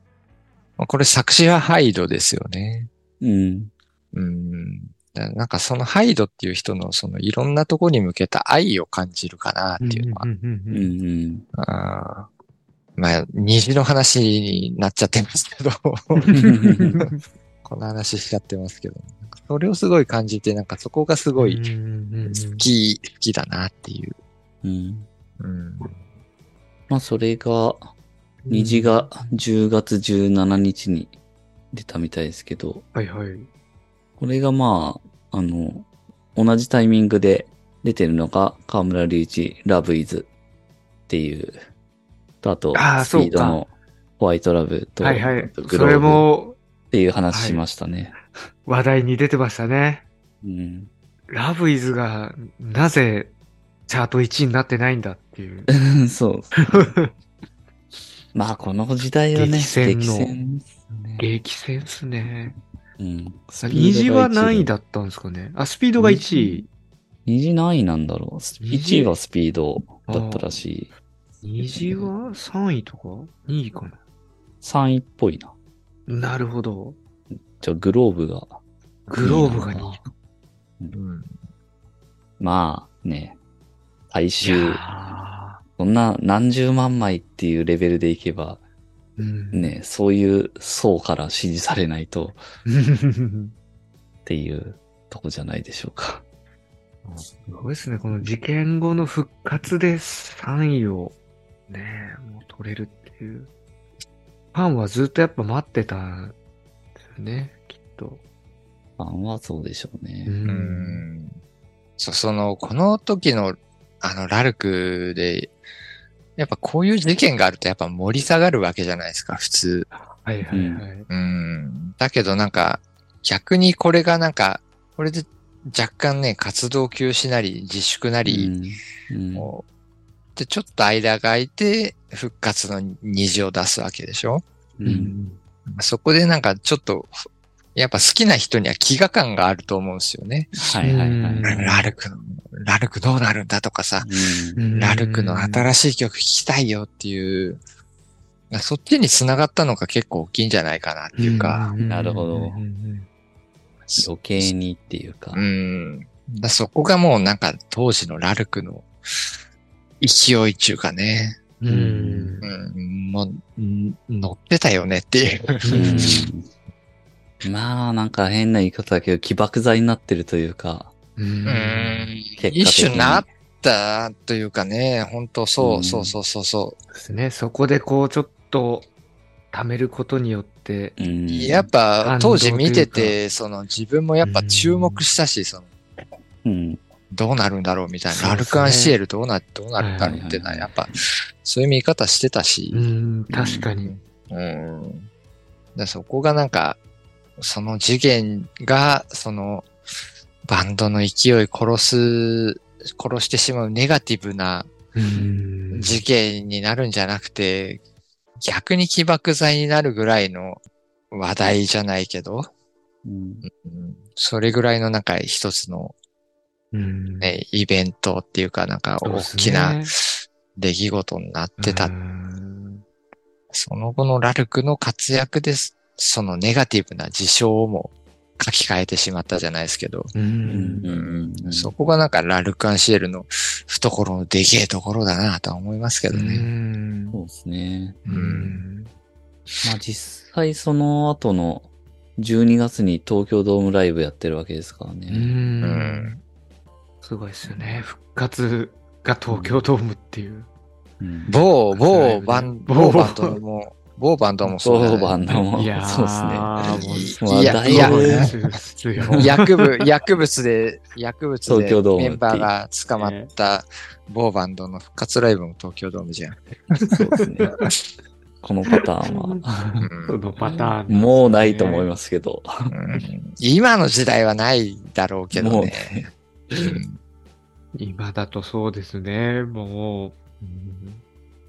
S2: まあこれ作詞はハイドですよね。
S1: うん。
S2: うん。だなんかそのハイドっていう人のそのいろんなところに向けた愛を感じるかなっていうのは。
S3: んん
S1: うんん。うん。
S2: あーまあ、虹の話になっちゃってますけど、
S3: うん
S2: この話しちゃってますけど、なんかそれをすごい感じて、なんかそこがすごい
S3: うんうん
S2: 好き、好きだなっていう。
S1: うん。
S2: うん。
S1: まあ、それが、虹が10月17日に出たみたいですけど、
S3: はいはい。
S1: これがまあ、あの、同じタイミングで出てるのが、河村隆一、ラブイズっていう、とあと、
S3: あー
S1: スピードのホワイトラブと、
S3: はいはい
S1: あと。グ
S3: そ
S1: ロ
S3: れ
S1: ーブ
S3: も
S1: っていう話しましたね。
S3: 話題に出てましたね。
S1: うん。
S3: ラブイズがなぜチャート1位になってないんだっていう。
S1: そう。まあ、この時代はね、
S3: 激戦
S1: 激
S3: の
S1: 戦ですね
S3: 激戦っすね。
S1: うん。スピー
S3: 虹
S1: ドが
S3: は
S1: 一で
S3: 何位だったんですかねあ、スピードが1位。
S1: 虹何位なんだろう
S3: 虹
S1: ?1 位はスピードだったらしい。
S3: 虹は3位とか ?2 位かな
S1: 3位っぽいな。
S3: なるほど。
S1: じゃあグローブが。
S3: グローブが
S1: いい
S3: 2
S1: なまあね、大
S3: 位。い
S1: 衆、
S3: や
S1: そんな何十万枚っていうレベルでいけば、
S3: ーうん。
S1: ね、そういう層から支持されないとっていうとこじゃないでしょうか。
S3: すごいですね。この事件後の復活で3位をね、もう取れるっていう。ファンはずっとやっぱ待ってたんですよね、きっと。
S1: ファンはそうでしょうね。
S2: う。ん。そう、その、この時の、あの、ラルクで、やっぱこういう事件があるとやっぱ盛り下がるわけじゃないですか、普通。
S3: はいはいはい。
S2: うん。だけどなんか、逆にこれがなんか、これで若干ね、活動休止なり、自粛なり、
S1: うんうん
S2: もうってちょっと間が空いて復活の虹を出すわけでしょ
S1: う。
S3: うんん。
S2: そこでなんかちょっと、やっぱ好きな人には飢餓感があると思うんですよね。
S1: はいはいはい。
S3: うん
S2: ラルクの、ラルクどうなるんだとかさ、
S1: うん
S2: ラルクの
S3: い。
S2: 新しい曲聴きたいよっていう、そっちに繋がったのが結構大きいんじゃないかなっていうか、
S3: うん
S1: なるほど
S3: うんうん
S1: 余計にっていうか
S2: う。ん。だからそこがもうなんか当時のラルクの勢いっていうかね、
S3: うんうん。
S2: うん、もう、うん乗ってたよねっていう。
S1: うんまあ、なんか変な言い方だけど、起爆剤になってるというか、
S3: う
S2: うんん。
S1: 結果的に。
S2: 一種なったというかね、本当そうう、
S1: ん
S2: そうそうそうそう。
S3: そうですね。そこでこう、ちょっと、貯めることによって、
S1: うん。
S2: やっぱ
S3: 感動
S2: 当
S3: とい
S2: 時
S3: うか
S2: 見てて、その自分もやっぱ注目したし、その
S1: うん。
S2: どうなるんだろうみたい
S3: そう
S2: な。
S3: ですね
S2: アルカンシエルどうな、どうなるんだろうって
S1: は
S2: な、
S1: い
S2: やっぱそういう見方してたし
S3: う、ん、確かに。
S2: うん。でそこがなんか、その次元が、そのバンドの勢い殺す、殺してしまうネガティブな
S3: うん
S2: 事件になるんじゃなくて、逆に起爆剤になるぐらいの話題じゃないけど、
S1: うん
S2: うんそれぐらいのなんか一つの
S3: うん
S2: ね、イベントっていうかなんか
S3: そう
S2: 大
S3: ですね
S2: きな出来事になってた。
S3: うん
S2: その後のラルクの活躍です。そのネガティブな事象をも書き換えてしまったじゃないですけど、
S3: う
S1: うんん。うん。
S2: そこがなんかラルクアンシエルの懐のでけえところだなとは思いますけど
S3: う
S2: ね。
S3: ん
S1: そうですね。
S2: う。
S3: うんん
S1: まあ実際その後の12月に東京ドームライブやってるわけですから
S3: う
S1: ね。
S3: ん
S2: ん
S3: すごいですよね。復活が東京ドームっていう。
S1: うん
S2: 某、某バン、某バンドも、某バンドもそうだ
S1: そう
S2: ね
S1: バンドも。
S3: いやー
S1: そうですね。
S2: もういや
S1: だ
S2: いや
S1: ぶ
S3: そうですよ
S2: 薬物、薬物で、薬物
S1: 東京ドー
S2: で
S1: ムってい
S2: メ
S1: う
S2: ンバーが捕まった某バンドの復活ライブも東京ドームじゃん。
S1: そうですね。このパターンは。
S3: そのパターン。
S1: もうないと思いますけど。
S2: うん今の時代はないだろうけ
S1: も
S2: ど
S1: う
S2: ね。
S1: ね
S2: うん
S3: 今だとそうですね。もううん。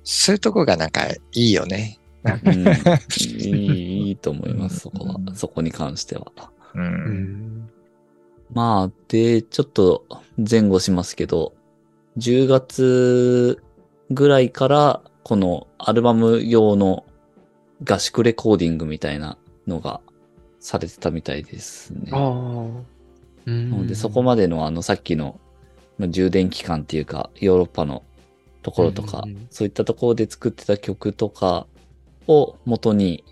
S2: そういうとこがなんかいいよね。
S1: うんいい、いいと思います、そこは。そこに関しては。
S2: う
S3: うんん
S1: まあ、で、ちょっと前後しますけど、10月ぐらいから、このアルバム用の合宿レコーディングみたいなのがされてたみたいですね。
S3: ああ
S1: な。の
S3: ん
S1: で、そこまでのあの、さっきのまあ充電期間っていうか、ヨーロッパのところとか
S3: うんうんうん、
S1: そういったところで作ってた曲とかを元に、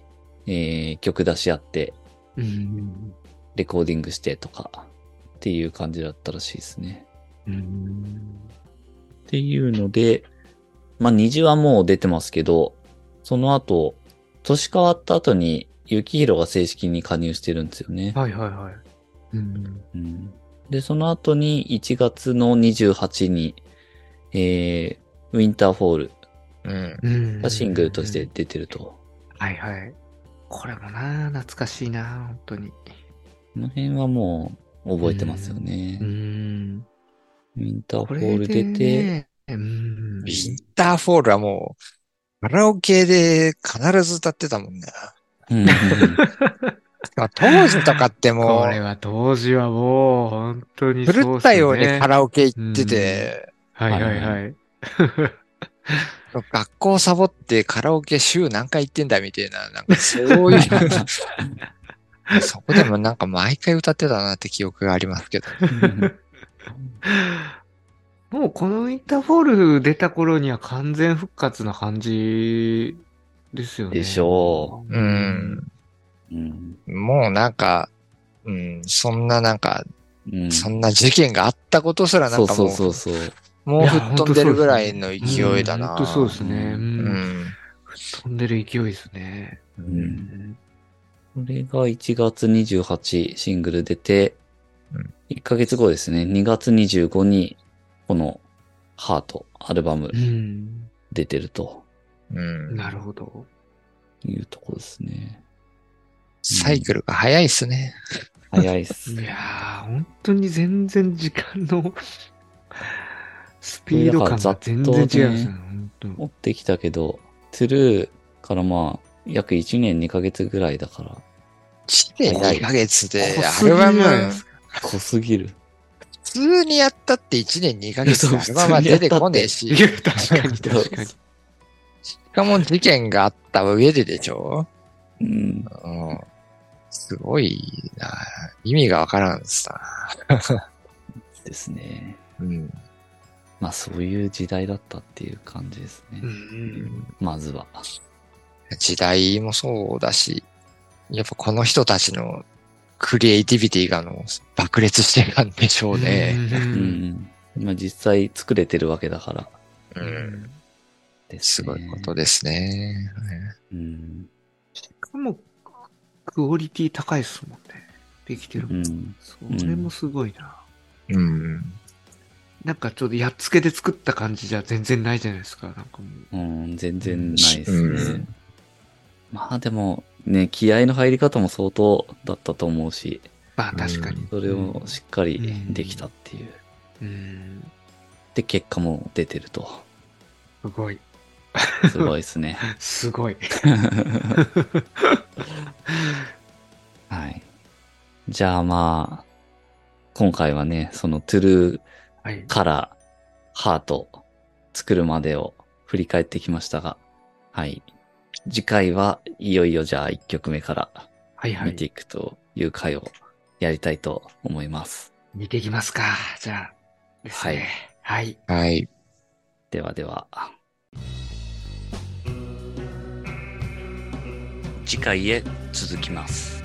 S1: えー曲出し合って、
S3: うん
S1: レコーディングしてとか、っていう感じだったらしいですね。
S3: うん
S1: っていうので、まあ、虹はもう出てますけど、その後、年変わった後に、雪広が正式に加入してるんですよね。
S3: はいはいはい。うん
S1: うんで、その後に1月の28に、えー、ウィンターフォール
S2: うん
S3: うん
S1: がシングルとして出てると。
S3: はいはい。これもな、懐かしいな、本当に。
S1: この辺はもう覚えてますよね
S3: う。ん。
S1: ウィンター
S3: こ
S1: フ
S3: れ
S1: ォール出て、
S3: ね、うん
S2: ウ。ィンターフォールはもう、カラオケで必ず歌ってたもんね。
S1: うんうん
S2: まあ当時とかっても
S3: こ
S2: う
S3: れ、は当時はもう、本当にそうっすね
S2: 狂ったようにカラオケ行ってて、
S3: はいはいはい。
S2: 学校サボってカラオケ週何回行ってんだみたいな、なんかそう いう、 そこでもなんか毎回歌ってたなって記憶がありますけど。
S3: もうこのウィンターフォール出た頃には完全復活な感じですよね。
S1: でしょ
S2: う。ん。
S1: うん
S2: もうなんか、うん、そんななんか、
S1: うん
S2: そんな事件があったことすらな
S1: そ
S2: ん
S1: う
S2: か
S1: そ
S2: も
S1: う
S2: う、
S1: そうそう。
S2: もう吹っ飛んでるぐらいの勢いだな。
S3: 本当そうですね。う。
S2: うんん。
S3: 飛んでる勢いですね。
S1: うんこれが1月28シングル出て
S2: うん、
S1: 1ヶ月後ですね、2月25に、この、ハート、アルバム
S3: うん。
S1: 出てると
S2: うん。
S3: なるほど。
S1: いうとこですね。
S2: サイクルが早いっすね。
S1: 早いっす
S3: い。やー、本当に全然時間の スピード感が全然違います
S1: これだからざっと
S3: ね。
S1: ね
S3: 本当
S1: 持ってきたけど、トゥルーからまあ、約1年2ヶ月ぐらいだから、
S2: 1年2ヶ月で、
S3: 濃
S2: ア
S3: す
S2: ル
S3: ぎじ
S2: バ
S3: ゃ
S2: ム、
S3: ないです
S2: 普
S1: 濃すぎる。
S2: 通にやったって1年2ヶ月で
S1: そう
S2: アルバムは出てこねえし、
S3: い
S2: し
S3: や、確かに確かに。
S2: かも事件があった上ででしょ
S1: うん。
S2: うん。すごいな意味がわからんですな。
S1: ですね。
S2: うん。
S1: まあそういう時代だったっていう感じですね。
S3: うん
S1: まずは。
S2: 時代もそうだし、やっぱこの人たちのクリエイティビティがあの爆裂してたんでしょ
S3: う。
S2: うんね。
S3: う。
S1: うんん。今実際作れてるわけだから
S2: う。
S3: うんん
S1: です、
S2: す
S1: ね。
S2: ごいことですね。
S1: うん。
S3: しかも、クオリティ高いですもんね。できてる
S1: う。ん。
S3: それもすごいな。
S2: うん。
S3: なんかちょっとやっつけで作った感じじゃ全然ないじゃないですか。なんかもう。
S1: うん、全然ないですね。
S2: うん
S1: まあでも、ね、気合の入り方も相当だったと思うし、
S3: まあ確かに。
S1: それをしっかりできたっていう。
S3: うん。
S1: で、結果も出てると。
S3: すごい。
S1: すごいです ね。
S3: すごい。
S1: はい。じゃあまあ、今回はね、そのトゥルー
S3: はい。
S1: からハート作るまでを振り返ってきましたが、はい。次回はいよいよじゃあ1曲目から
S3: はいは
S1: 見
S3: い
S1: て。いくという回をやりたいと思います。
S3: 見ていきますか。じゃあ。ですね。はい。
S2: はい。
S1: ではでは。次回へ続きます。